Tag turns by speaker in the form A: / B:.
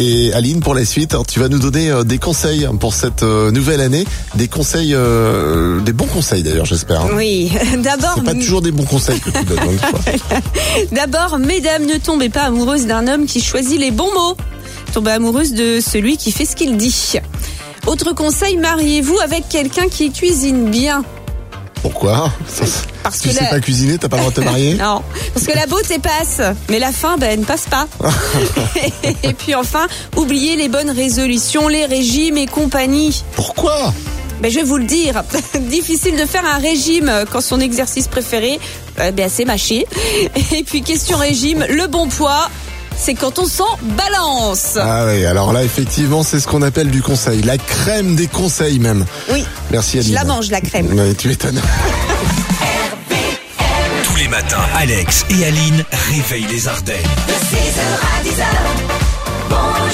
A: Et Aline, pour la suite, hein, tu vas nous donner euh, des conseils hein, pour cette euh, nouvelle année, des conseils, euh, des bons conseils d'ailleurs, j'espère. hein.
B: Oui, d'abord,
A: C'est pas toujours des bons conseils que tu donnes. donc, quoi.
B: d'abord, mesdames, ne tombez pas amoureuses d'un homme qui choisit les bons mots. Tombez amoureuse de celui qui fait ce qu'il dit. Autre conseil, mariez-vous avec quelqu'un qui cuisine bien.
A: Pourquoi Ça, c'est-
B: Parce
A: Si tu
B: que
A: sais
B: la-
A: pas cuisiner, t'as pas le droit de te marier.
B: Non, parce que la beauté passe, mais la faim, ben, elle ne passe pas. et puis enfin, oubliez les bonnes résolutions, les régimes et compagnie.
A: Pourquoi
B: Ben, je vais vous le dire, difficile de faire un régime euh, quand son exercice préféré, euh, ben, c'est mâcher. Et puis question régime, le bon poids, c'est quand on s'en balance.
A: Ah oui, alors là, effectivement, c'est ce qu'on appelle du conseil, la crème des conseils même.
B: Oui,
A: Merci Aline.
B: je la mange la crème.
A: Ouais, tu m'étonnes.
C: Tous les matins, Alex et Aline réveillent les Ardennes.
D: De 6h à 10h, bonjour